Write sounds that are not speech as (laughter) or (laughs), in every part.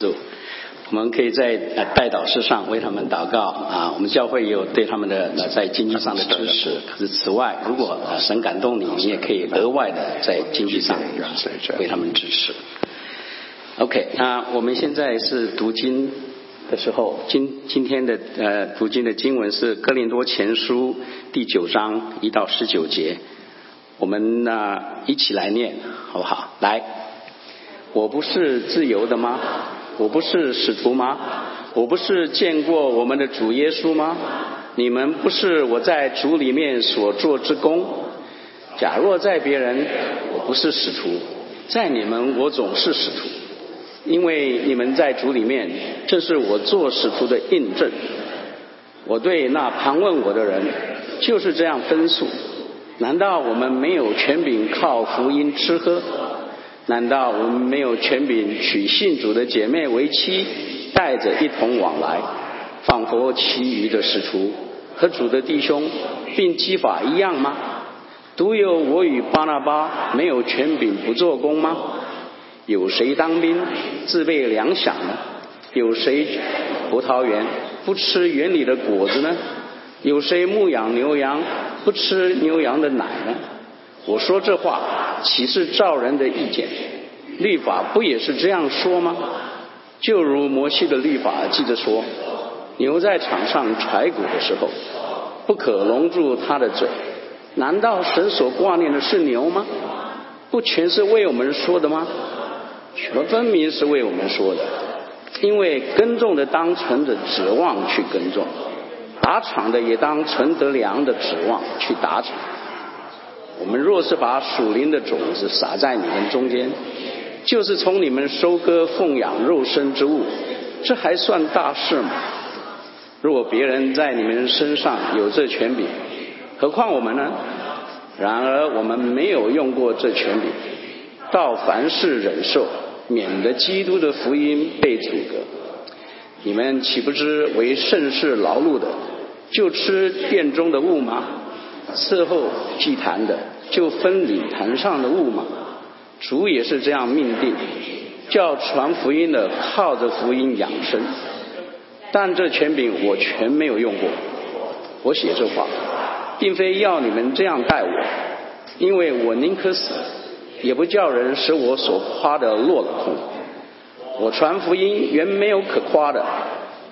主，我们可以在呃代祷事上为他们祷告啊。我们教会也有对他们的呃在经济上的支持。可是此外，如果呃神感动你，你也可以额外的在经济上啊为他们支持。OK，那我们现在是读经的时候，今今天的呃读经的经文是《哥林多前书》第九章一到十九节，我们呢、一起来念好不好？来，我不是自由的吗？我不是使徒吗？我不是见过我们的主耶稣吗？你们不是我在主里面所做之功？假若在别人，我不是使徒；在你们，我总是使徒。因为你们在主里面，这是我做使徒的印证。我对那盘问我的人就是这样分数。难道我们没有权柄靠福音吃喝？难道我们没有权柄娶信主的姐妹为妻，带着一同往来？仿佛其余的使徒和主的弟兄并基法一样吗？独有我与巴拿巴没有权柄不做工吗？有谁当兵自备粮饷呢？有谁葡萄园不吃园里的果子呢？有谁牧养牛羊不吃牛羊的奶呢？我说这话岂是照人的意见？律法不也是这样说吗？就如摩西的律法记着说，牛在场上踹骨的时候，不可笼住它的嘴。难道神所挂念的是牛吗？不全是为我们说的吗？全分明是为我们说的，因为耕种的当存着指望去耕种，打场的也当存着粮的指望去打场。我们若是把属灵的种子撒在你们中间，就是从你们收割奉养肉身之物，这还算大事吗？若别人在你们身上有这权柄，何况我们呢？然而我们没有用过这权柄，到凡事忍受，免得基督的福音被阻隔。你们岂不知为盛世劳碌的，就吃殿中的物吗？伺候祭坛的，就分礼坛上的物吗？主也是这样命定，叫传福音的靠着福音养生。但这权柄我全没有用过。我写这话，并非要你们这样待我，因为我宁可死，也不叫人使我所夸的落了空。我传福音原没有可夸的，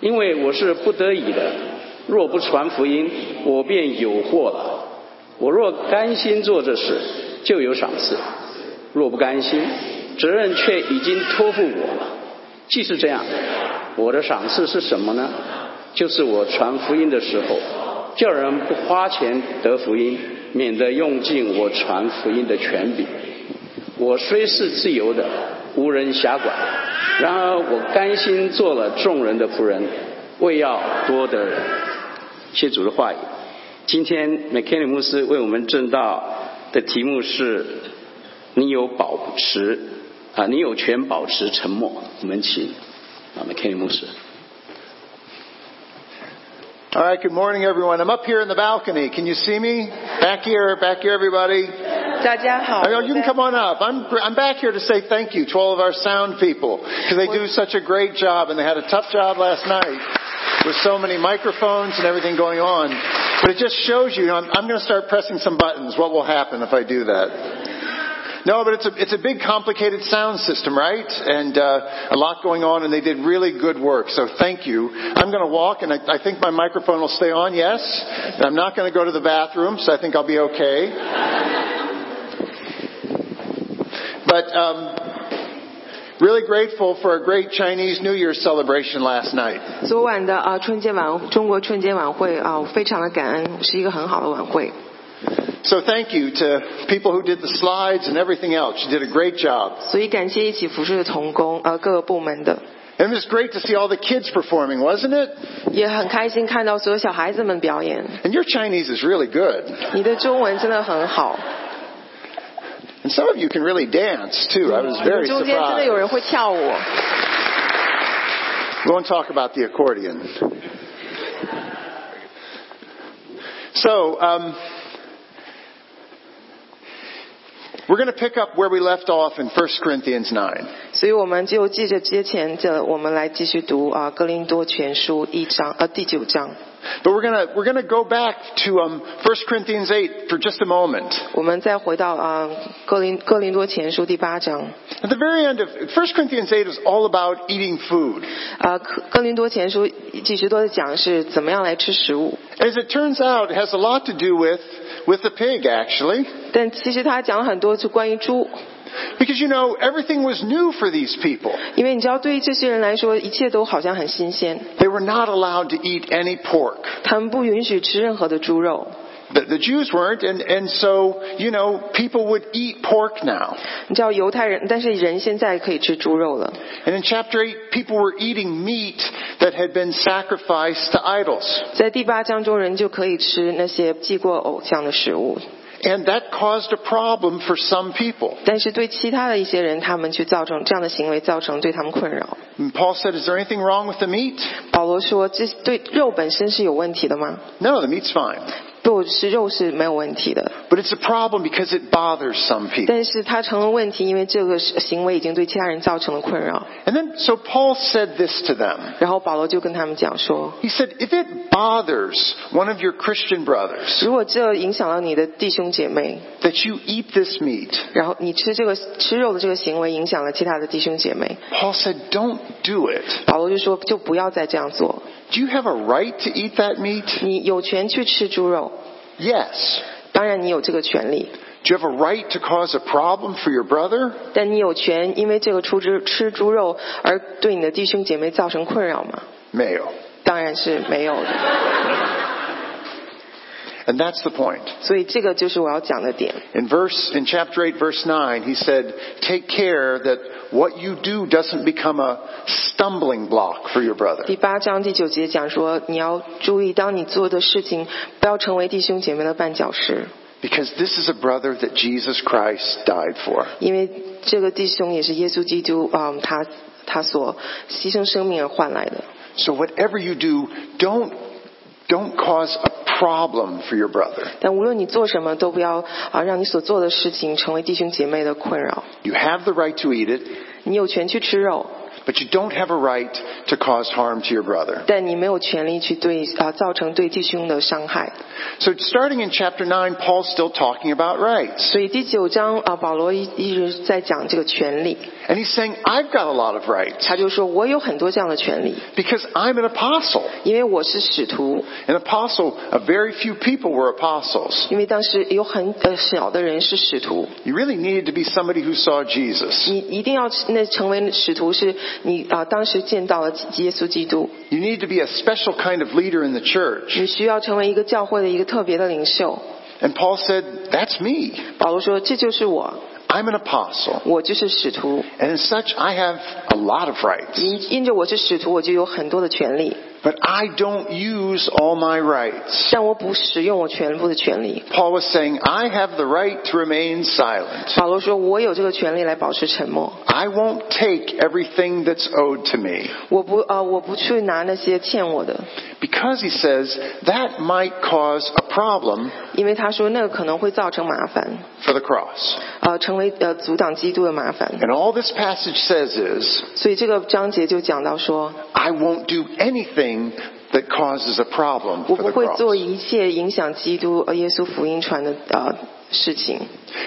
因为我是不得已的。若不传福音，我便有祸了。我若甘心做这事，就有赏赐；若不甘心，责任却已经托付我了。既是这样，我的赏赐是什么呢？就是我传福音的时候，叫人不花钱得福音，免得用尽我传福音的权柄。我虽是自由的，无人辖管，然而我甘心做了众人的仆人，为要多得人。谢主的话语。今天麦肯尼牧师为我们正道的题目是：你有保持啊，你有权保持沉默。我们请啊麦肯尼牧师。 All right, good morning, everyone. I'm up here in the balcony. Can you see me? Back here, back here, everybody. 大家好， Oh, You can come on up. I'm, gr- I'm back here to say thank you to all of our sound people because they do such a great job and they had a tough job last night with so many microphones and everything going on. But it just shows you, you know, I'm, I'm going to start pressing some buttons. What will happen if I do that? No, but it's a, it's a big complicated sound system, right? And uh, a lot going on, and they did really good work, so thank you. I'm going to walk, and I, I think my microphone will stay on, yes. And I'm not going to go to the bathroom, so I think I'll be okay. But um, really grateful for a great Chinese New Year celebration last night. 昨晚的啊、呃春节晚中国春节晚会啊、我非常的感恩，是一个很好的晚会。 So thank you to people who did the slides and everything else. You did a great job. 所以感谢一起服侍的童工，呃，各个部门的， And it was great to see all the kids performing, wasn't it? 也很开心看到所有小孩子们表演。 And your Chinese is really good. 你的中文真的很好， And some of you can really dance too. I was 你们 very 中间真的有 surprised. 人会跳舞。 We won't talk about the accordion. So, um, We're going to pick up where we left off in 1 Corinthians 9. 所以我们就记着接前的，我们来继续读啊《哥林多前书》一章呃第九章。 But we're going to, we're going to go back to um, 1 Corinthians 8 for just a moment. 我们再回到啊《哥林哥林多前书》第八章 At the very end of 1 Corinthians 8 is all about eating food. 啊，《哥哥林多前书》其实都在讲是怎么样来吃食物， As it turns out, it has a lot to do with, with the pig, actually. 但其实他讲了很多是关于猪， Because, you know, everything was new for these people. 因为你知道对于这些人来说，一切都好像很新鲜， They were not allowed to eat any pork. 他们不允许吃任何的猪肉。 The, the Jews weren't, and, and so, you know, people would eat pork now. 你知道犹太人，但是人现在可以吃猪肉了。 And in chapter 8, people were eating meat that had been sacrificed to idols. 在第八章中，人就可以吃那些祭过偶像的食物， And that caused a problem for some people. 但是对其他的一些人，他们去造成这样的行为，造成对他们困扰。 And Paul said, Is there anything wrong with the meat? 保罗说：“这对肉本身是有问题的吗？ No, the meat's fine. 对我吃肉是没有问题的， But it's a problem because it bothers some people. 但是它成了问题，因为这个行为已经对其他人造成了困扰。 And then, so Paul said this to them. 然后保罗就跟他们讲说， He said, If it bothers one of your Christian brothers 如果这影响到你的弟兄姐妹， that you eat this meat, 然后你吃这个吃肉的这个行为影响了其他的弟兄姐妹， Paul said, Don't do it. 保罗就说就不要再这样做。 Do you have a right to eat that meat? 你有权去吃猪肉， Yes. 当然你有这个权利， Do you have a right to cause a problem for your brother? 但你有权因为这个出猪吃猪肉而对你的弟兄姐妹造成困扰吗？ Mayo. 当然是没有的。 And that's the point. 所以这个就是我要讲的点。 In verse in chapter 8 verse 9, he said, "Take care that what you do doesn't become a stumbling block for your brother." 第八章第九节讲说，你要注意，当你做的事情不要成为弟兄姐妹的绊脚石， Because this is a brother that Jesus Christ died for. 因为这个弟兄也是耶稣基督啊、嗯他他所牺牲生命而换来的。 So whatever you do, don't don't cause a problem for your brother. 但无论你做什么，都不要啊让你所做的事情成为弟兄姐妹的困扰。 You have the right to eat it, 你有权去吃肉， but you don't have a right to cause harm to your brother. 但你没有权利去对啊造成对弟兄的伤害。 So starting in chapter 9, Paul's still talking about rights. 所以第九章啊，保罗一一直在讲这个权利， And he's saying, "I've got a lot of rights 他就说我有很多这样的权利， because I'm an apostle." 因为我是使徒， An apostle, a very few people were apostles. 因为当时有很呃少的人是使徒， You really needed to be somebody who saw Jesus. 你一定要那成为使徒是你啊、当时见到了耶稣基督， You need to be a special kind of leader in the church. 你需要成为一个教会的一个特别的领袖。 And Paul said, That's me. 保罗说这就是我， I'm an apostle. 我就是使徒， And as such, I have a lot of rights. 因因着我是使徒，我就有很多的权利， But I don't use all my rights. 但我不使用我全部的权利。 Paul was saying, I have the right to remain silent. 保罗说：“我有这个权利来保持沉默， I won't take everything that's owed to me. 我不啊、我不去拿那些欠我的， Because he says that might cause a problem 因为他说那个可能会造成麻烦， for the cross. 呃，成为呃阻挡基督的麻烦。 And all this passage says is, 所以这个章节就讲到说， I won't do anything that causes a problem for 我不 the 会做 cross. 一切影响基督呃耶稣福音传的呃事情。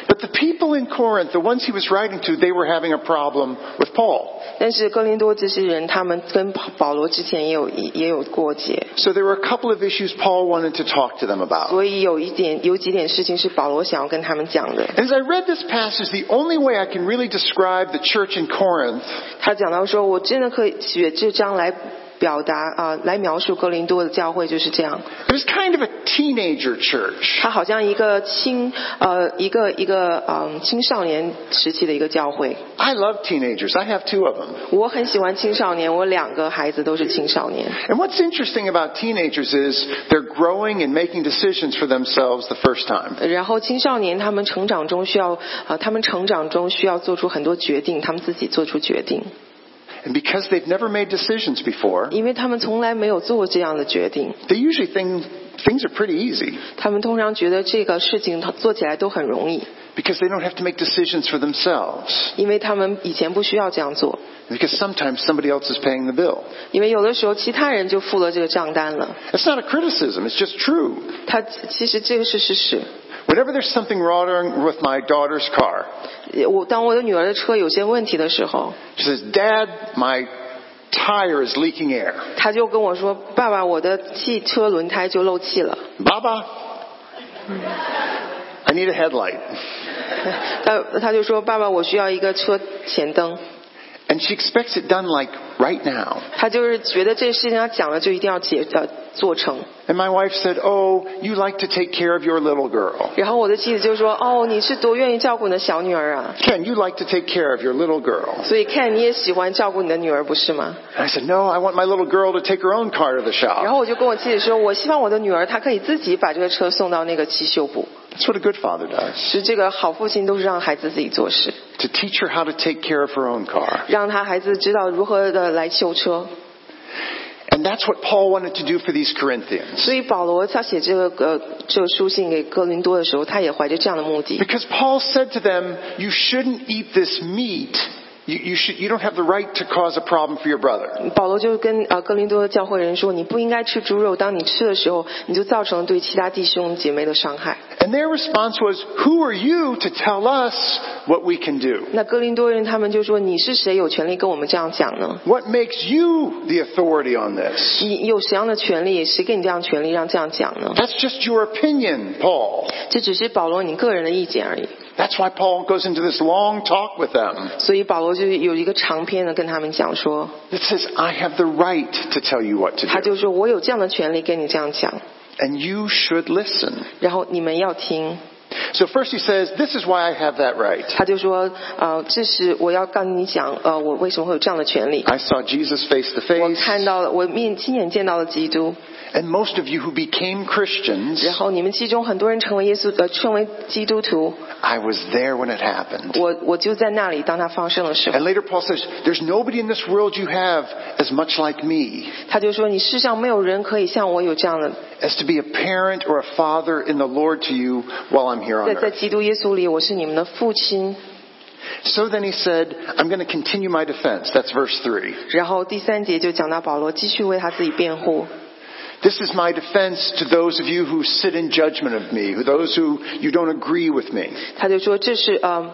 But the people in Corinth, the ones he was writing to, they were having a problem with Paul. 但是哥林多这些人，他们跟保保罗之前也有也也有过节， So there were a couple of issues Paul wanted to talk to them about. 所以有一点有几点事情是保罗想要跟他们讲的。 And as I read this passage, the only way I can really describe the church in Corinth 他讲到说，我真的可以写这章来表达啊、来描述哥林多的教会就是这样。 it was kind of a teenager church. 它好像一个青呃一个一个嗯青少年时期的一个教会。 I love teenagers. I have two of them. 我很喜欢青少年，我两个孩子都是青少年。 And what's interesting about teenagers is they're growing and making decisions for themselves the first time. 然后青少年他们成长中需要呃他们成长中需要做出很多决定，他们自己做出决定， And because they've never made decisions before, 因为他们从来没有做过这样的决定。 they usually think things are pretty easy 他们通常觉得这个事情他做起来都很容易， because they don't have to make decisions for themselves. 因为他们以前不需要这样做， Because sometimes somebody else is paying the bill. 因为有的时候其他人就付了这个账单了。 It's not a criticism, it's just true. 他其实这个是事实。 Whenever there's something wrong with my daughter's car, 我当我的女儿的车有些问题的时候， she says, Dad, my tire is leaking air. 她就跟我说：“爸爸，我的汽车轮胎就漏气了。 (laughs) Baba, I need a headlight. ”她她就说：“爸爸，我需要一个车前灯。 And she expects it done like right now. ”她就是觉得这事情她讲了就一定要解呃做成。 And my wife said, Oh, you like to take care of your little girl. 然后我的妻子就说：“哦，你是多愿意照顾你的小女儿啊！ Ken, you like to take care of your little girl. 所以 Ken 你也喜欢照顾你的女儿不是吗 And I said, No, I want my little girl to take her own car to the？” 然 shop. 后我就跟我妻子说：“我希望我的女儿她可以自己把这个车送到那个汽修部。 That's what a good father does. 是这个好父亲都是让孩子自己做事， To teach her how to take care of her own car. 让他孩子知道如何的来修车。 And that's what Paul wanted to do for these Corinthians. 所以保罗他写这个呃这个书信给哥林多的时候，他也怀着这样的目的。 Because Paul said to them, You shouldn't eat this meat. You, you, should, you don't have the right to cause a problem for your brother. 保罗就跟呃哥林多的教会人说，你不应该吃猪肉，当你吃的时候，你就造成了对其他弟兄姐妹的伤害。 And their response was, Who are you to tell us what we can do? 那哥林多人他们就说，你是谁有权利跟我们这样讲呢？ What makes you the authority on this? 你有什么样的权利？谁给你这样的权利让这样讲呢？ That's just your opinion, Paul. 这只是保罗你个人的意见而已。 That's why Paul goes into this long talk with them 所以保罗就有一个长篇的跟他们讲说， that says, I have the right to tell you what to 他 do. 就说我有这样的权利跟你这样讲， And you should listen. 然后你们要听。 So first he says, This is why I have that right. 他就说，呃，这是我要跟你讲，呃，我为什么会有这样的权利？ I saw Jesus face to 我 face. 看到了，我面亲眼见到了基督。 And most of you who became Christians, 然后你们其中很多人成为耶稣，呃，成为基督徒。 I was there when it happened. 我我就在那里，当他放生的时候 And，later Paul says, There's nobody in this world you have as much like me 他就说，你世上没有人可以像我有这样的， as to be a parent or a father in the Lord to you while I'm here on 在 earth. 在基督耶稣里，我是你们的父亲。 So then he said, I'm going to continue my defense. That's verse 3. 然后第三节就讲到保罗继续为他自己辩护。 This is my defense to those of you who sit in judgment of me, who those who you don't agree with me. 他就说：“这是呃，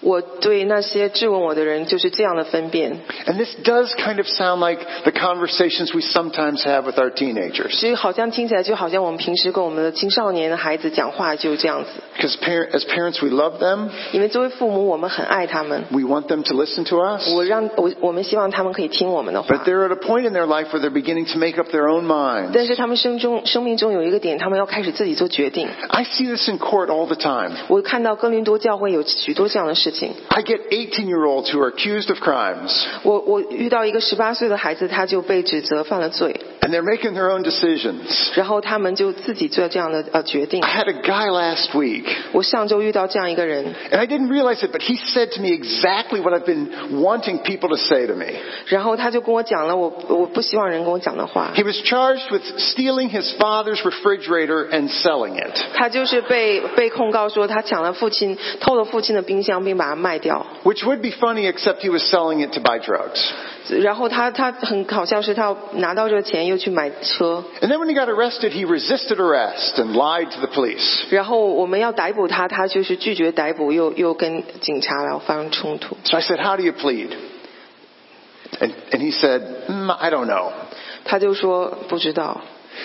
我对那些质问我的人就是这样的分辨。 And this does kind of sound like the conversations we sometimes have with our teenagers. 其实好像听起来就好像我们平时跟我们的青少年的孩子讲话就是这样子， Because par- as parents, we love them. 因为作为父母，我们很爱他们， We want them to listen to us. 我让我我们希望他们可以听我们的 But 话。 they're at a point in their life where they're beginning to make up their own minds. 但是他们生中生命中有一个点，他们要开始自己做决定。 I see this in court all the time. 我看到哥林多教会有许多这样的事情。 I get 18 year olds who are accused of crimes, 我我遇到一个十八岁的孩子，他就被指责犯了罪， and they're making their own decisions. 然后他们就自己做这样的呃决定 I。had a guy last week 我上周遇到这样一个人， And I didn't realize it, but he said to me exactly what I've been wanting people to say to me. 然后他就跟我讲了我我不希望人跟我讲的话。 He was charged with stealing his father's refrigerator and selling it, 他就是被被控告说他抢了父亲，偷了父亲的冰箱，并把它卖掉。 which would be funny except he was selling it to buy drugs. 然后他他很好像是他拿到这个钱又去买车。 And then when he got arrested, he resisted arrest and lied to the police. 然后我们要逮捕他，他就是拒绝逮捕，又又跟警察然后发生冲突。 So I said, how do you plead? And, and he said, mm, I don't know. 他就说不知道。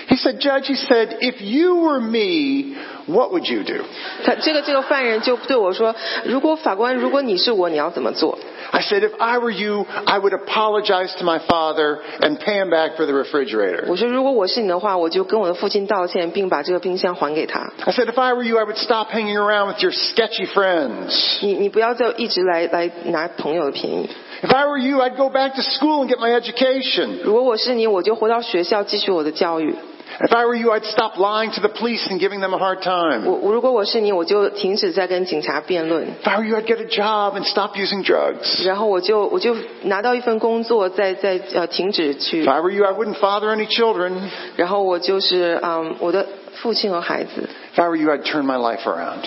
He said, Judge, he said, if you were me, what would you do? 他这个这个犯人就对我说：“如果法官，如果你是我，你要怎么做 I said, if I were you, I would apologize to my father and pay him back for the？”refrigerator. 我说：“如果我是你的话，我就跟我的父亲道歉，并把这个冰箱还给他。 I said, if I were you, I would stop hanging around with your sketchy friends. 你你不要再一直来来拿朋友的便宜。 If I were you, I'd go back to school and get my education. 如果我是你，我就回到学校继续我的教育。 If I were you, I'd stop lying to the police and giving them a hard time. 我我如果我是你，我就停止在跟警察辩论， If I were you, I'd get a job and stop using drugs. 然后我就我就拿到一份工作，再再呃停止 If 去， I were you, I wouldn't father any children. 然后我就是嗯我的父亲和孩子 If I were you, I'd turn my life around.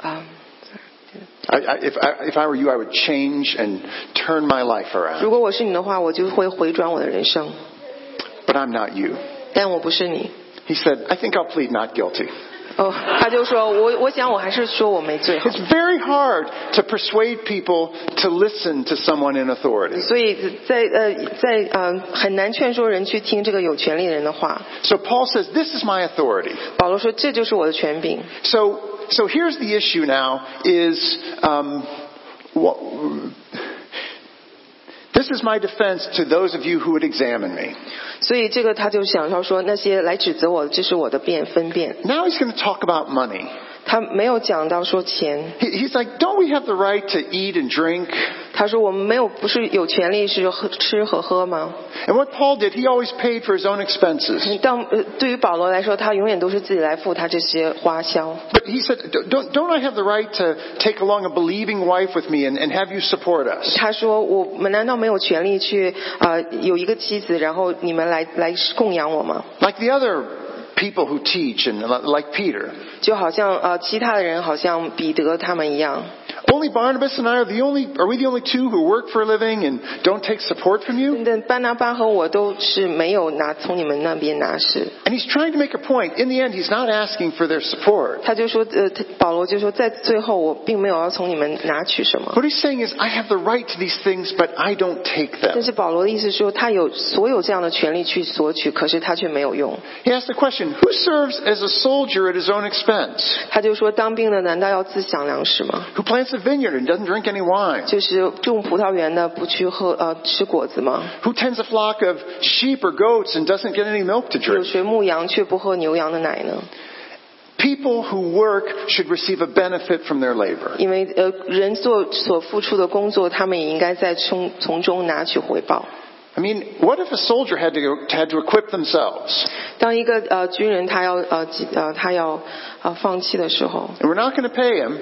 啊。 I, I, if, I, if I were you, I would change and turn my life 如 around. 果我是你的话，我就会回转我的人生， But I'm not you. 但我不是你。 He said, I think I'll plead not guilty. 哦，他就说我我想我还是说我没罪好， It's very hard to persuade people to listen to someone in authority. 所以在呃在呃很难劝说人去听这个有权利的人的话。 So Paul says, This is my authority. 保罗说这就是我的权柄。 So, so here's the issue now is um, what, this is my defense to those of you who would examine me. 所以这个他就想要说那些来指责我，这是我的辩分辨。 Now he's going to talk about money. 他没有讲到说钱， He, he's like, don't we have the right to eat and drink? 他说我们没有不是有权利是喝吃和喝吗？ And what Paul did, he always paid for his own expenses. 当呃对于保罗来说，他永远都是自己来付他这些花销。 But he said, don't, don't I have the right to take along a believing wife with me and, and have you support us? 他说：“我们难道没有权利去呃有一个妻子，然后你们来来供养我吗？ Like the other people who teach and li- like Peter. 就好像呃其他的人好像彼得他们一样， Only Barnabas and I are the only, are we the only two who work for a living and don't take support from you? 但班拿巴和我都是没有拿从你们那边拿是。 And he's trying to make a point. In the end, he's not asking for their support. 他就说，呃，他保罗就说，在最后我并没有要从你们拿取什么， What he's saying is, I have the right to these things, but I don't take 但 them. 是保罗的意思是说，他有所有这样的权利去索取，可是他却没有用。 He asked the question, who serves as a soldier at his own expense? 他就说，当兵的难道要自享粮食吗？ Who plants a vineyard and doesn't drink any wine? 就是种葡萄园的不去喝呃吃果子吗？ Who tends a flock of sheep or goats and doesn't get any milk to 有 drink? 谁牧羊却不喝牛羊的奶呢？ People who work should receive a benefit from their labor. 因为呃，人做所付出的工作，他们也应该在从从中拿取回报。 I mean, what if a soldier had to, had to equip themselves? 当一个呃军人他要呃几呃他要呃放弃的时候， And we're not going to pay him.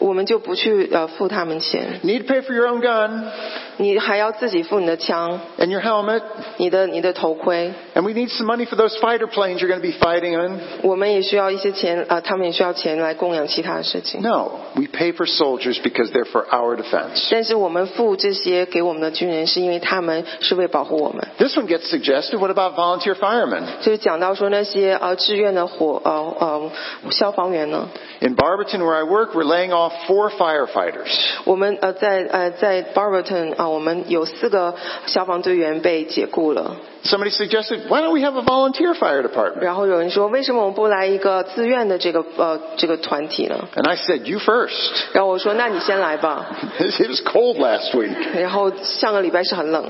我们就不去呃付他们钱， You need to pay for your own gun 你还要自己付你的枪、 and your helmet. 你的你的头盔， And we need some money for those fighter planes you're going to be fighting in. 我们也需要一些钱啊、呃他们也需要钱来供养其他的事情。 No, we pay for soldiers because they're for our defense. 但是我们付这些给我们的军人，是因为他们是为保护我们。 This one gets suggested. What about volunteer firemen? 就是讲到说那些呃志愿的火呃呃消防员呢， In Barberton, where I work, we're laying off four firefighters. 我们呃在呃在 Barberton 啊、我们有四个消防队员被解雇了。 Somebody suggested, why don't we have a volunteer fire department? 然后有人说，为什么我们不来一个自愿的这个呃这个团体呢？ And I said, you first. (laughs) 然后我说，那你先来吧。 It was cold last week. 然后上个礼拜是很冷，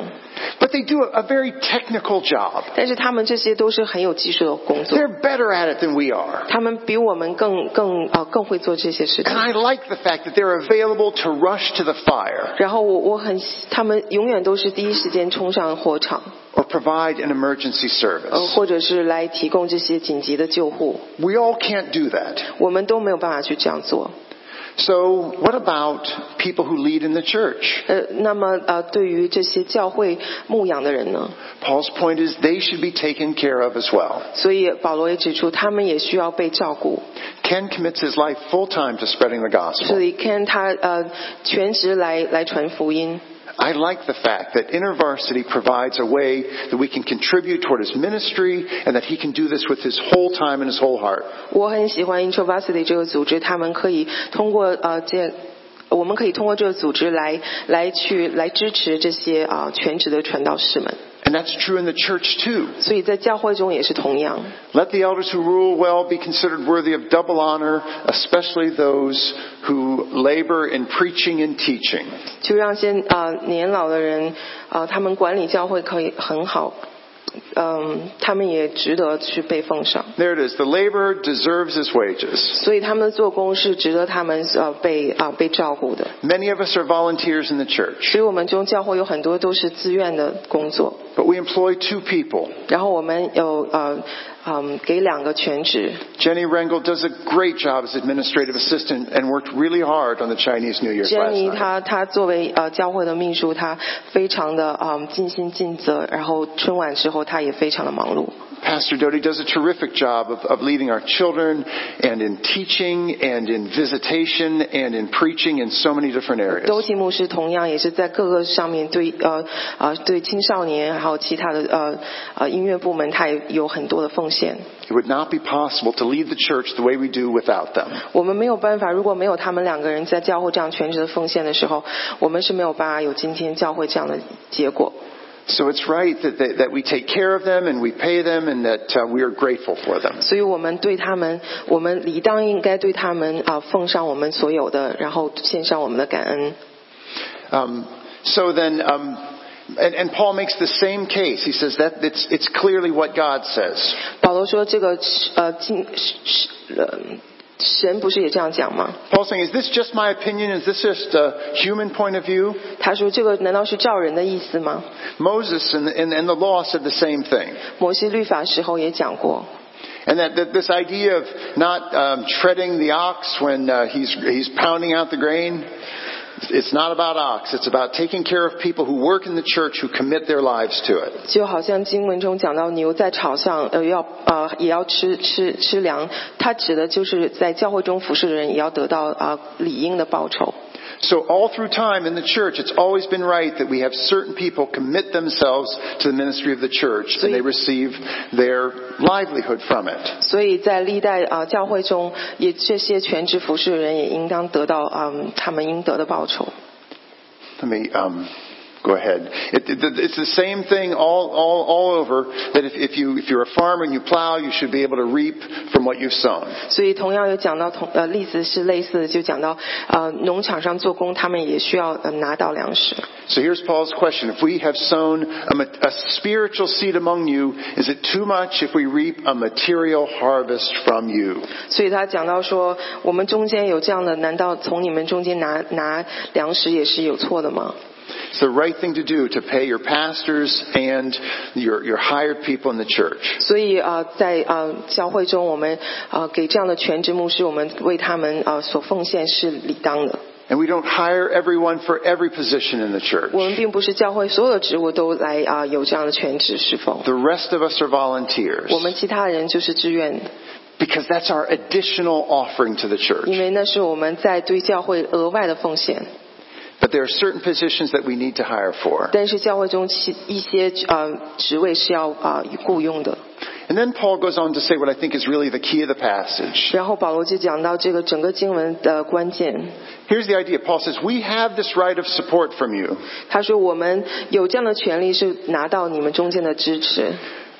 But they do a, a very technical job. 但是他们这些都是很有技术的工作， They're better at it than we are. 他们比我们更更呃更会做这些事情 And。I like the fact that they're available to rush to the fire 然后我我很，他们永远都是第一时间冲上火场， or provide an emergency 呃， service. 或者是来提供这些紧急的救护， We all can't do that. 我们都没有办法去这样做。 So what about people who lead in the church? 呃，那么呃，对于这些教会牧养的人呢， Paul's point is they should be taken care of as well. 所以保罗也指出，他们也需要被照顾。 Ken commits his life full time to spreading the gospel. 所以 Ken 他呃全职来来传福音。 I like the fact that InterVarsity provides a way that we can contribute toward his ministry and that he can do this with his whole time and his whole heart. 我很喜欢 Introvasity 这个组织，他们可以通过呃这，我们可以通过这个组织来来去来支持这些啊、呃全职的传道士们。 And that's true in the church too. 所以在教会中也是同样， Let the elders who rule well be considered worthy of double honor, especially those who labor in preaching and teaching. 就让些啊、呃年老的人啊、呃他们管理教会可以很好，嗯，他们也值得去被奉上。 There it is. The laborer deserves his wages. 所以他们的做工是值得他们呃被啊、被照顾的。 Many of us are volunteers in the church, 所以我们中教会有很多都是自愿的工作， but we employ two people. 然后我们有呃嗯给两个全职。 Jenny Rengel does a great job as administrative assistant and worked really hard on the Chinese New Year 珍 last 妮 night. 她她作为呃教会的秘书，她非常的嗯尽心尽责，然后春晚之后她也非常的忙碌。 Pastor Doty does a terrific job of, of leading our children and in teaching and in visitation and in preaching in so many different areas. 周奇牧师同样也是在各个上面对呃呃对青少年还有其他的呃呃音乐部门，他也有很多的奉献。 It would not be possible to lead the church the way we do without them. 我们没有办法，如果没有他们两个人在教会这样全职的奉献的时候，我们是没有办法有今天教会这样的结果。 So it's right that, that, that we take care of them and we pay them and that uh, we are grateful for them. 所以我们对他们，我们理当应该对他们啊、呃奉上我们所有的，然后献上我们的感恩。 Um, so then, um, and, and Paul makes the same case. He says that it's, it's clearly what God says. 保罗说：“这个呃，经是是呃，神不是也这样讲吗？ Paul's saying, is this just my opinion? Is this just a human point of view? 他说这个难道是照人的意思吗？ Moses and, and, and the law said the same thing. 摩西律法时候也讲过， And that, that this idea of not um, treading the ox when uh, he's, he's pounding out the grain, it's not about ox. It's about taking care of people who work in the church who commit their lives to it. 就好像经文中讲到牛在草上，呃，要呃也要吃吃吃粮，他指的就是在教会中服侍的人也要得到啊、呃理应的报酬。 So all through time in the church, it's always been right that we have certain people commit themselves to the ministry of the church and they receive their livelihood from it. 所以在历代啊、呃教会中，也这些全职服侍的人也应当得到啊、嗯他们应得的报酬。 Let me um, go ahead. It, it, it's the same thing all, all, all over. That if, if you if you're a farmer and you plow, you should be able to reap from what you've sown. 所以同样有讲到同呃例子是类似的，就讲到呃农场上做工，他们也需要、呃、拿到粮食。 So here's Paul's question: If we have sown a, ma- a spiritual seed among you, is it too much if we reap a material harvest from you? 所以他讲到说，我们中间有这样的，难道从你们中间拿拿粮食也是有错的吗？ It's the right thing to do to pay your pastors and your your hired people in the church. 所以啊、呃在啊、呃教会中，我们啊、呃给这样的全职牧师，我们为他们啊、呃所奉献是理当的。 And we don't hire everyone for every position in the church. 我们并不是教会所有的职务都来啊、呃有这样的全职侍奉， The rest of us are volunteers. 我们其他人就是志愿的， Because that's our additional offering to the 因 church. 为那是我们在对教会额外的奉献。 But there are certain positions that we need to hire for. 但是教会中其一些呃职位是要啊、呃雇佣的。 And then Paul goes on to say what I think is really the key of the passage. 然后保罗就讲到这个整个经文的关键， Here's the idea. Paul says, We have this right of support from you, 他说：“我们有这样的权利是拿到你们中间的支持，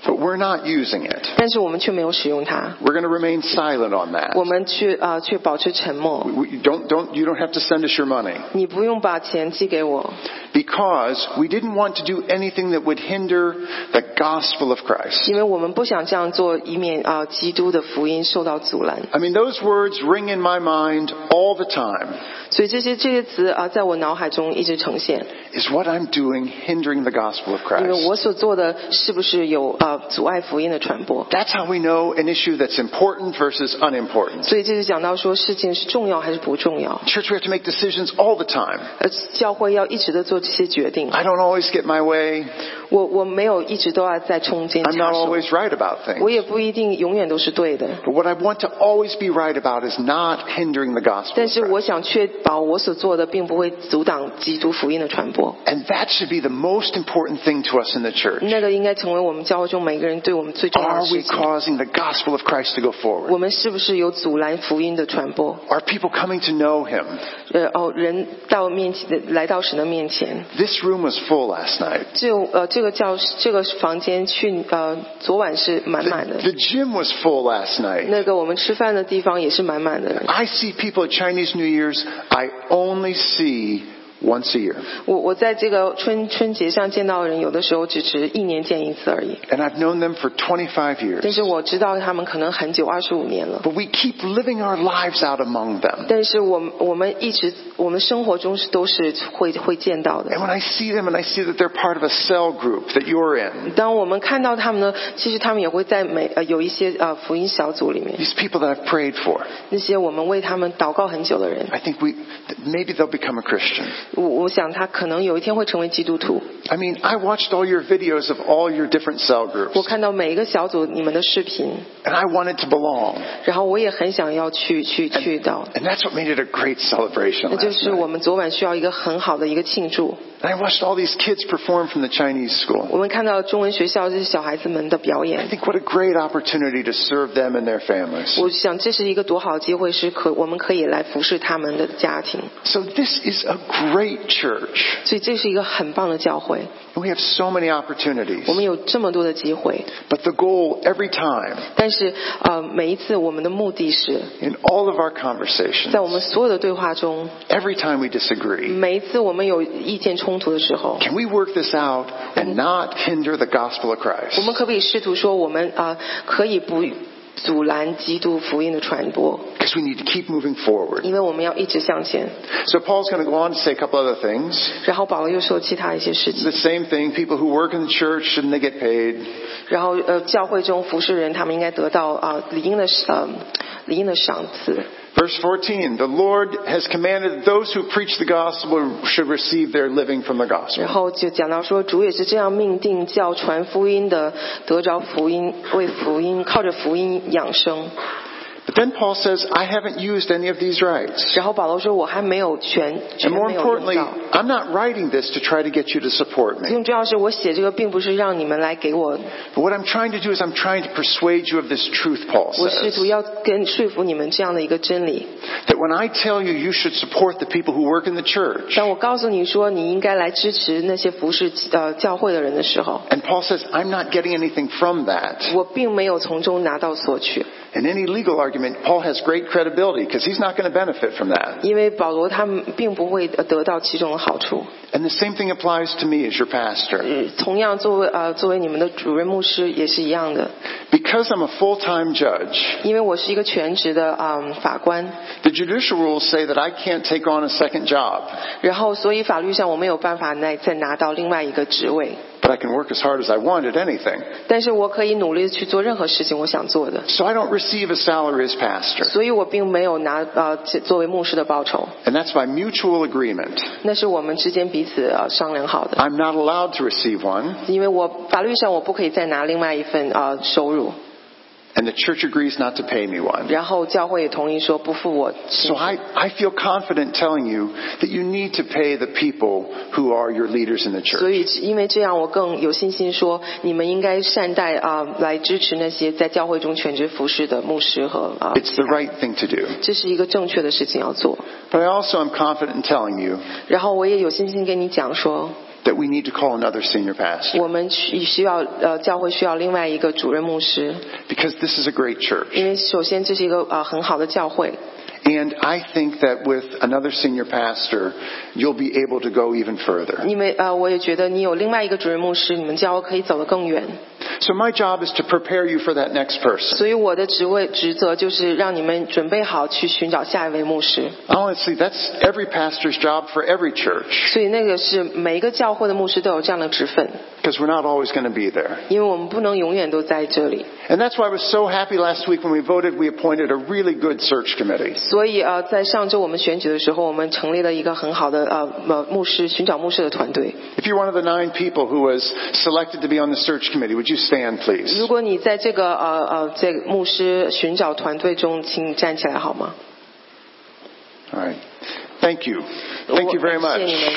but we're not using it. 但是我们却没有使用它， We're going to remain silent on that. 我们却啊、呃却保持沉默。 We, don't, don't, you don't have to send us your money 你不用把钱寄给我， because we didn't want to do anything that would hinder the gospel of Christ. 因为我们不想这样做，以免啊、呃基督的福音受到阻拦。 I mean, those words ring in my mind all the time. 所以这些这些词啊、呃在我脑海中一直呈现。 Is what I'm doing hindering the gospel of 因 Christ? 为我所做的是不是有啊、呃阻碍福音的传播？ That's how we know an issue that's important versus unimportant. 所以这就讲到说事情是重要还是不重要。 Church, we have to make decisions all the time. 呃，教会要一直的做这些决定。 I don't always get my way. 我我没有一直都要在中间 I'm 插 not 手， always right about things. 我也不一定永远都是对的。 But what I want to always be right about is not hindering the 但 gospel. 是我想确保我所做的并不会阻挡基督福音的传播， And that should be the most important thing to us in the church. 那个应该成为我们教会中每个人对我们最重要 Are 的事 we 情。 causing the gospel of Christ to go 我 forward? 们是不是有阻拦福音的传播？ Are people coming to know him? 呃哦，人到面前来到神的面前， This room was full last night. 就呃这个教室这个房间去呃昨晚是满 The, 满的， the gym was full last night. 那个我们吃饭的地方也是满满的。 I see people at Chinese New Year's. I only see once a year. 我我在这个春春节上见到的人，有的时候只是一年见一次而已。 And I've known them for 25但 years. 是我知道他们可能很久，二十五年了。 But we keep living our lives out among them. 但是我们我们一直我们生活中是都是会会见到的 And。when I see them and I see that they're part of a cell group that you're in, 当我们看到他们呢，其实他们也会在每呃有一些呃福音小组里面， these people that I've prayed for, 那些我们为他们祷告很久的人， I think we th- maybe they'll become a Christian. 我我想他可能有一天会成为基督徒。 I mean, I watched all your videos of all your different cell groups, 我看到每一个小组你们的视频， and I wanted to belong. 然后我也很想要去去去到。 And that's what made it a great celebration. 那就 Last 是 night. 我们昨晚需要一个很好的一个庆祝。 And I watched all these kids perform from the Chinese school. 我们看到中文学校这些小孩子们的表演 I，think what a great opportunity to serve them and their families. 我想这是一个多好的机会，是可我们可以来服侍他们的家庭， So this is a great church. 所以这是一个很棒的教会。 We have so many opportunities. 我们有这么多的机会， But the goal every time 但是呃，每一次我们的目的是 in all of our conversations, 在我们所有的对话中， every time we disagree, 每一次我们有意见冲突的时候， can we work this out and not hinder the gospel of Christ? 我们可不可以试图说，我们啊、呃可以不阻拦基督福音的传播， Because we need to keep moving forward. 因为我们要一直向前。 So Paul's going to go on to say a couple other things. 然后保罗又说其他一些事 It's 情， the same thing. People who work in the church shouldn't they get paid? 然后呃，教会中服侍人，他们应该得到啊、理应的呃理应的赏赐。 Verse 14, the Lord has commanded that those who preach the gospel should receive their living from the 然 gospel. 后就讲到说，主也是这样命定叫传福音的得着福音，为福音靠着福音养生。 But then Paul says, I haven't used any of these rights. 然后保罗说，我还没有全全 And 没有 more 用 importantly, 到。 I'm not writing this to try to get you to support me. 更重要的是，我写这个并不是让你们来给我， But what I'm trying to do is I'm trying to persuade you of this truth, Paul 我试 says. 图要跟说服你们这样的一个真理。 That when I tell you you should support the people who work in the church, 当我告诉你说你应该来支持那些服侍呃教会的人的时候， and Paul says, I'm not getting anything from that. 我并没有从中拿到索取， In any legal argument, Paul has great credibility because he's not going to benefit from that. 因为保罗他们并不会呃得到其中的好处。 And the same thing applies to me as your pastor. 呃同样，作为呃作为你们的主任牧师也是一样的， Because I'm a full-time judge, 因为我是一个全职的啊、呃法官， the judicial rules say that I can't take on a second job, 然后所以法律上我没有办法来再拿到另外一个职位， but I can work as hard as I want at anything. 但是我可以努力地去做任何事情我想做的。 So I don't receive a salary as pastor. 所以我并没有拿呃这作为牧师的报酬， And that's by mutual agreement. 那是我们之间彼此呃商量好的。 I'm not allowed to receive one, 因为我法律上我不可以再拿另外一份呃收入， and the church agrees not to pay me one. 然后教会也同意说不付我。 So I, I feel confident telling you that you need to pay the people who are your leaders in the 所 church. 以因为这样，我更有信心说你们应该善待啊、呃来支持那些在教会中全职服侍的牧师和啊、呃 It's the right thing to do. 这是一个正确的事情要做。 But I also am confident in telling you 然后我也有信心跟你讲说， that we need to call another senior pastor 我们需需要呃教会需要另外一个主任牧师， because this is a great church. 因为首先这是一个啊、呃很好的教会， And I think that with another senior pastor, you'll be able to go even further. 因为呃，我也觉得你有另外一个主任牧师，你们教会可以走得更远。 So my job is to prepare you for that next person. 所以我的职位职责就是让你们准备好去寻找下一位牧师。 Honestly, that's every pastor's job for every church 所以那个是每一个教会的牧师都有这样的职分， because we're not always going to be there. 因为我们不能永远都在这里。 And that's why I was so happy last week when we voted, we appointed a really good search committee. 所以呃，在上周我们选举的时候，我们成立了一个很好的呃呃牧师寻找牧师的团队。 If you're one of the nine people who was selected to be on the search committee, would you stand please? 如果你在这个呃呃这个牧师寻找团队中，请站起来好吗？ All right. Thank you. Thank you very 我谢谢你 much. 们。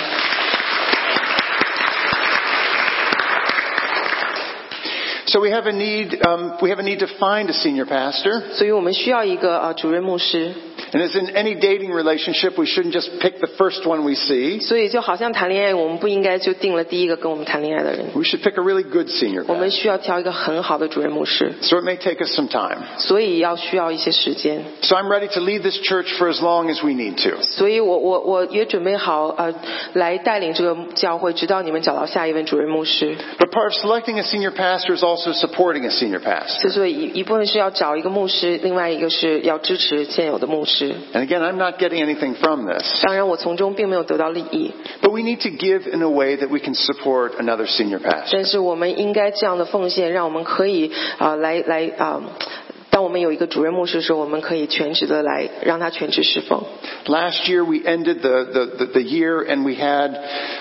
So we have a need. Um, we have a need to find a senior pastor, 所以我们需要一个呃主任牧师。 And as in any dating relationship, we shouldn't just pick the first one we see. 所以就好像谈恋爱，我们不应该就定了第一个跟我们谈恋爱的人， We should pick a really good senior 我 guy. 们需要挑一个很好的主任牧师， So it may take us some time. 所以要需要一些时间。 So I'm ready to lead this church for as long as we need to. 所以我我我也准备好呃来带领这个教会，直到你们找到下一位主任牧师。 But part of selecting a senior pastor is also supporting a senior pastor. 所以所以一一部分是要找一个牧师，另外一个是要支持现有的牧师。 And again, I'm not getting anything from this. 当然，我从中并没有得到利益， But we need to give in a way that we can support another senior pastor. 但是我们应该这样的奉献，让我们可以啊、来来啊、当我们有一个主任牧师的时候，我们可以全职的来让他全职侍奉。 Last year, we ended the, the, the, the year and we had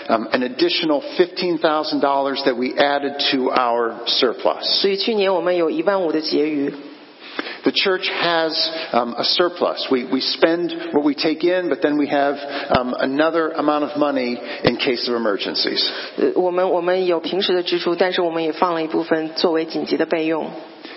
um, an additional $15,000 that we added to our surplus. 所以去年我们有一万五的结余， The church has um, a surplus. We, we spend what we take in, but then we have um, another amount of money in case of emergencies. 呃我们我们有平时的支出，但是我们也放了一部分作为紧急的备用。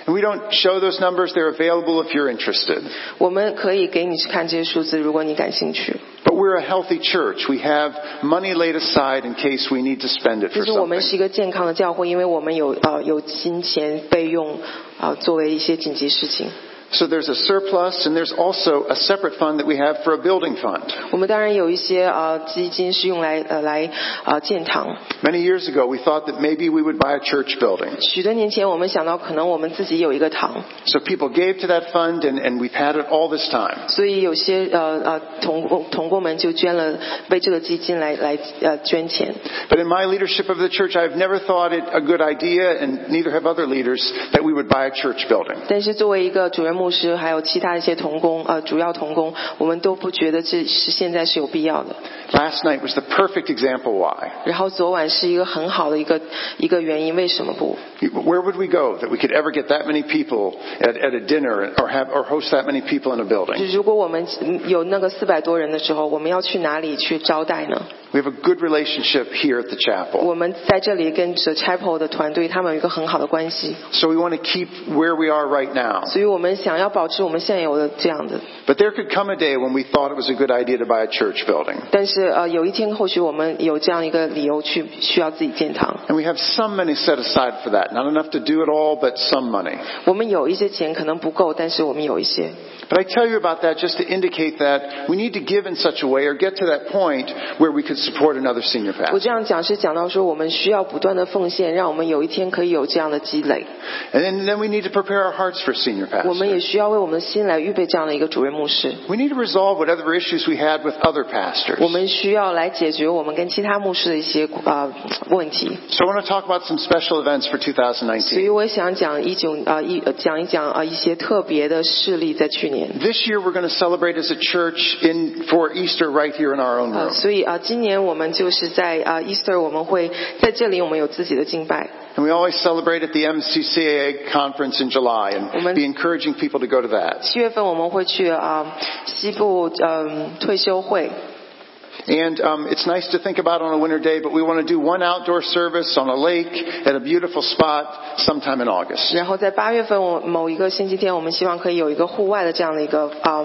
And we don't show those numbers. They're available if you're interested. 我们可以给你去看这些数字，如果你感兴趣。 But we're a healthy church. We have money laid aside in case we need to spend it 其 for 实我们 something. 是一个健康的教会，因为我们有呃有金钱备用啊、呃作为一些紧急事情。 So there's a surplus, and there's also a separate fund that we have for a building fund. 我们当然有一些呃基金是用来呃来呃建堂。 Many years ago, we thought that maybe we would buy a church building. 许多年前，我们想到可能我们自己有一个堂， So people gave to that fund, and, and we've had it all this time. 所以有些呃呃同工同工们就捐了为这个基金来来呃捐钱。 But in my leadership of the church, I've never thought it a good idea, and neither have other leaders, that we would buy a church building. 但是作为一个主任牧师，还有其他一些同工呃主要同工，我们都不觉得这是现在是有必要的。 Last night was the perfect example why. 然后昨晚是一个很好的一个一个原因，为什么不？ Where would we go that we could ever get that many people at, at a dinner or, have, or host that many people in a building? 就如果我们嗯有那个四百多人的时候，我们要去哪里去招待呢？ We have a good relationship here at the chapel. 我们在这里跟 The Chapel 的团队他们有一个很好的关系， So we want to keep where we are right now. 所以我们想要保持我们现有的这样的。 But there could come a day when we thought it was a good idea to buy a church building. 但是呃，有一天或许我们有这样一个理由去需要自己建堂， And we have some money set aside for that. Not enough to do it all, but some money. 我们有一些钱可能不够，但是我们有一些。 But I tell you about that just to indicate that we need to give in such a way or get to that point where we could support another senior 我 pastor. 这样讲是讲到说我们需要不断的奉献，让我们有一天可以有这样的积累。 And then, then we need to prepare our hearts for senior 我们也 pastor. 需要为我们的心来预备这样的一个主任牧师。 We need to resolve whatever issues we had with other pastors. 我们需要来解决我们跟其他牧师的一些呃问题， So I want to talk about some special events for 2019. 所以我想讲一九呃一呃讲一讲呃一些特别的事例在去年。 This year we're going to celebrate as a church in for Easter right here in our own 呃， room. 所以啊、呃，今年我们就是在啊、呃、Easter，我们会在这里，我们有自己的敬拜。 And we always celebrate at the MCCAA conference in July and Woman. be encouraging people to go to that. 七月份我们会去啊、呃、西部嗯、呃、退休会， And um, it's nice to think about on a winter day, but we want to do one outdoor service on a lake at a beautiful spot sometime in August. 然后在八月份我某一个星期天，我们希望可以有一个户外的这样的一个啊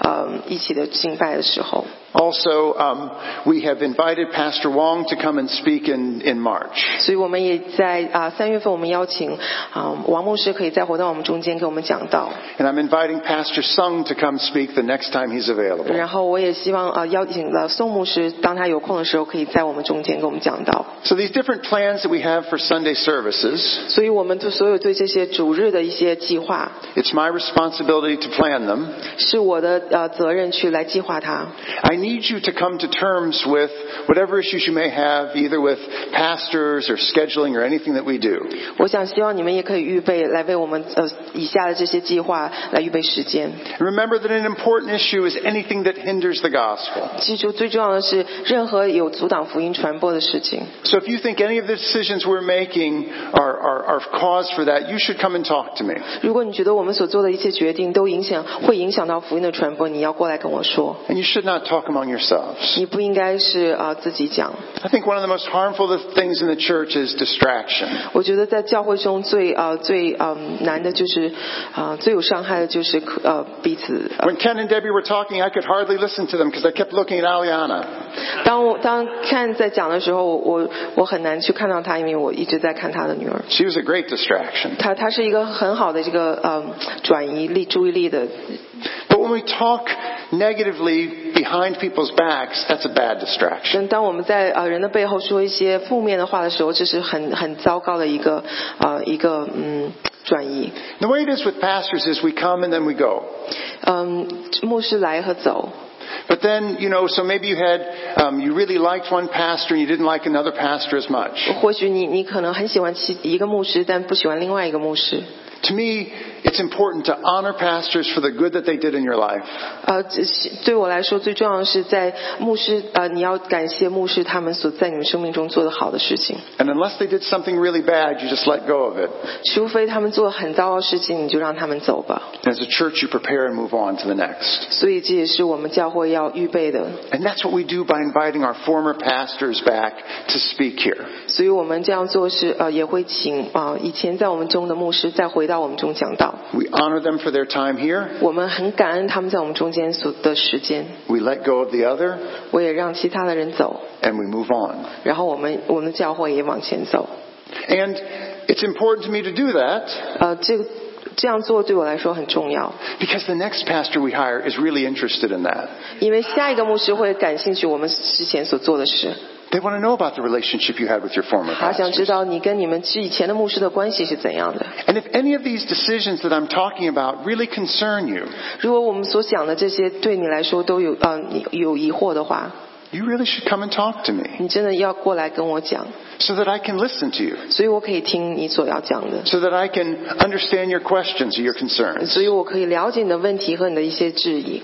呃一起的敬拜的时候。 Also, um, we have invited Pastor Wong to come and speak in, in March. 所以我们也在啊三、月份，我们邀请啊、王牧师可以再回到我们中间给我们讲道， And I'm inviting Pastor Sung to come speak the next time he's available. 然后我也希望啊、邀请了宋牧师，当他有空的时候可以在我们中间给我们讲道。 So these different plans that we have for Sunday services, 所以我们对所有对这些主日的一些计划， It's my responsibility to plan them. 是我的呃责任去来计划它。 I need you to come to terms with whatever issues you may have, either with pastors or scheduling or anything that we do. 我想希望你们也可以预备来为我们呃以下的这些计划来预备时间。 And remember that an important issue is anything that hinders the gospel. 记住，最重要的是任何有阻挡福音传播的事情。 So if you think any of the decisions we're making are, are, are cause for that, you should come and talk to me. 如果你觉得我们所做的一切决定都影响，会影响到福音的传播，你要过来跟我说。 And you should not talk talk among yourselves. 你不应该是啊、自己讲。 I think one of the most harmful things in the church is distraction. 我觉得在教会中最呃最嗯难的就是啊、最有伤害的就是呃彼此。呃 When Ken and Debbie were talking, I could hardly listen to them because I kept looking at Aliana. 当我当看在讲的时候，我我我很难去看到她，因为我一直在看她的女儿。 She was a great distraction. 她她是一个很好的这个呃转移力注意力的 But when we talk negatively behind people's backs, that's a bad distraction. 当当我们在呃人的背后说一些负面的话的时候，这是很很糟糕的一个呃一个嗯转移。 The way it is with pastors is we come and then we go. 嗯，牧师来和走。 But then, you know, so maybe you had, um, you really liked one pastor and you didn't like another pastor as much. 或许你你可能很喜欢其一个牧师，但不喜欢另外一个牧师。 To me, it's important to honor pastors for the good that they did in your life. 呃，这是对我来说最重要的是在牧师呃，你要感谢牧师他们所在你们生命中做的好的事情， And unless they did something really bad, you just let go of it. 除非他们做很糟糕的事情，你就让他们走吧。 And as a church, you prepare and move on to the next. 所以这也是我们教会要预备的。 And that's what we do by inviting our former pastors back to speak here. 所以我们这样做是呃，也会请啊、呃以前在我们中的牧师再回到我们中讲道。 We honor them for their time here. 我们很感恩他们在我们中间所的时间， We let go of the other 我也让其他的人走， and we move on. 然后我们我们的教会也往前走。 And it's important to me to do that 呃，这个这样做对我来说很重要， because the next pastor we hire is really interested in that. 因为下一个牧师会感兴趣我们之前所做的事， They want to know about the relationship you had with your former 他想 pastor. 知道你跟你们之以前的牧师的关系是怎样的。 And if any of these decisions that I'm talking about really concern you, 如果我们所讲的这些对你来说都有呃你有疑惑的话， you really should come and talk to me 你真的要过来跟我讲， so that I can listen to you, 所以我可以听你所要讲的。 so that I can understand your questions or your concerns, 所以我可以了解你的问题和你的一些质疑，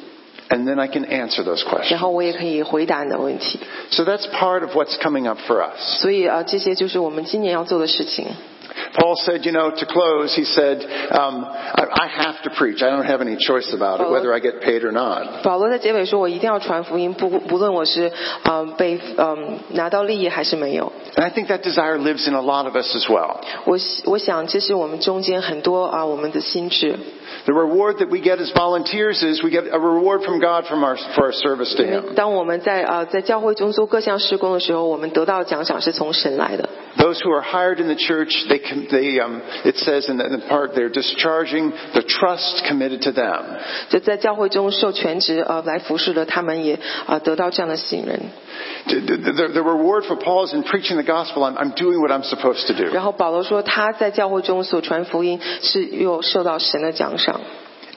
and then I can answer those 然 questions. 后我也可以回答你的问题。 So that's part of what's coming up for us. 所以啊，呃这些就是我们今年要做的事情。 Paul said, you know, to close, he said, um, I, I have to preach. I don't have any choice about it, whether I get paid or not. 保罗在结尾说：“我一定要传福音，不不论我是嗯、呃被嗯、拿到利益还是没有。 And I think that desire lives in a lot of us as well. 我”我想这是我们中间很多啊、我们的心智， The reward that we get as volunteers is we get a reward from God from our, for our service to 因为 Him. 当我们在啊、在教会中做各项施工的时候，我们得到的奖赏是从神来的。 Those who are hired in the church, they, com- they um, it says in the, in the part they're discharging the trust committed to them. 就在教会中受全职呃来服侍的，他们也啊、得到这样的信任。 The, the, the reward for Paul is in preaching the gospel. I'm, I'm doing what I'm supposed to do. 然后保罗说，他在教会中所传福音是又受到神的奖赏。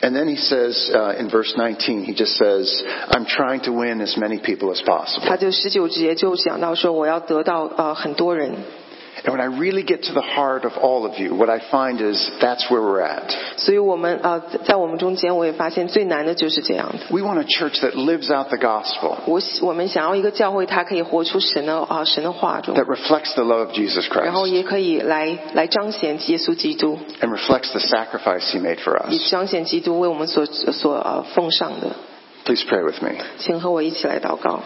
And then he says uh, in verse 19, he just says, I'm trying to win as many people as possible. 他就十九节就讲到说，我要得到呃很多人。 And when I really get to the heart of all of you, what I find is that's where we're at. 所以我们呃在在我们中间，我也发现最难的就是这样子。 We want a church that lives out the gospel, 我喜我们想要一个教会，它可以活出神的啊、神的话中， that reflects the love of Jesus 然后 Christ 也可以来来彰显耶稣基督， and reflects the sacrifice he made for 以 us. 彰显基督为我们所所呃奉上的。 Please pray with me. 请和我一起来祷告。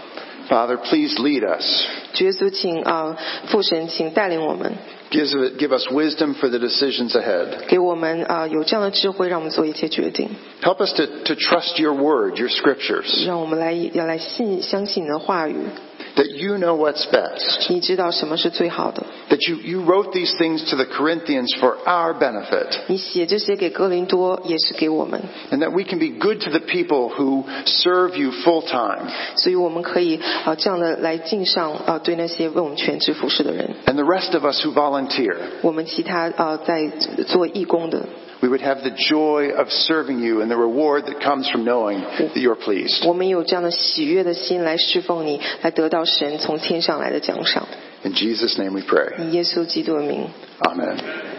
Father, please lead us. 主耶稣，请啊、父神，请带领我们， Gives, give us wisdom for the decisions ahead. 给我们啊、有这样的智慧，让我们做一切决定， Help us to, to trust your word, your scriptures, 让我们来要来信相信你的话语。 that you know what's best. 你知道什么是最好的， That you, you wrote these things to the Corinthians for our benefit. 你写这些给哥林多也是给我们， And that we can be good to the people who serve you full time. 所以我们可以啊、这样的来敬上啊、对那些为我们全职服侍的人， And the rest of us who volunteer, 我们其他啊、在做义工的， we would have the joy of serving you and the reward that comes from knowing that you're pleased. 我们也有这样的喜悦的心来侍奉你，来得到神从天上来的奖赏。 In Jesus' name we pray. 以耶稣基督的名。 Amen.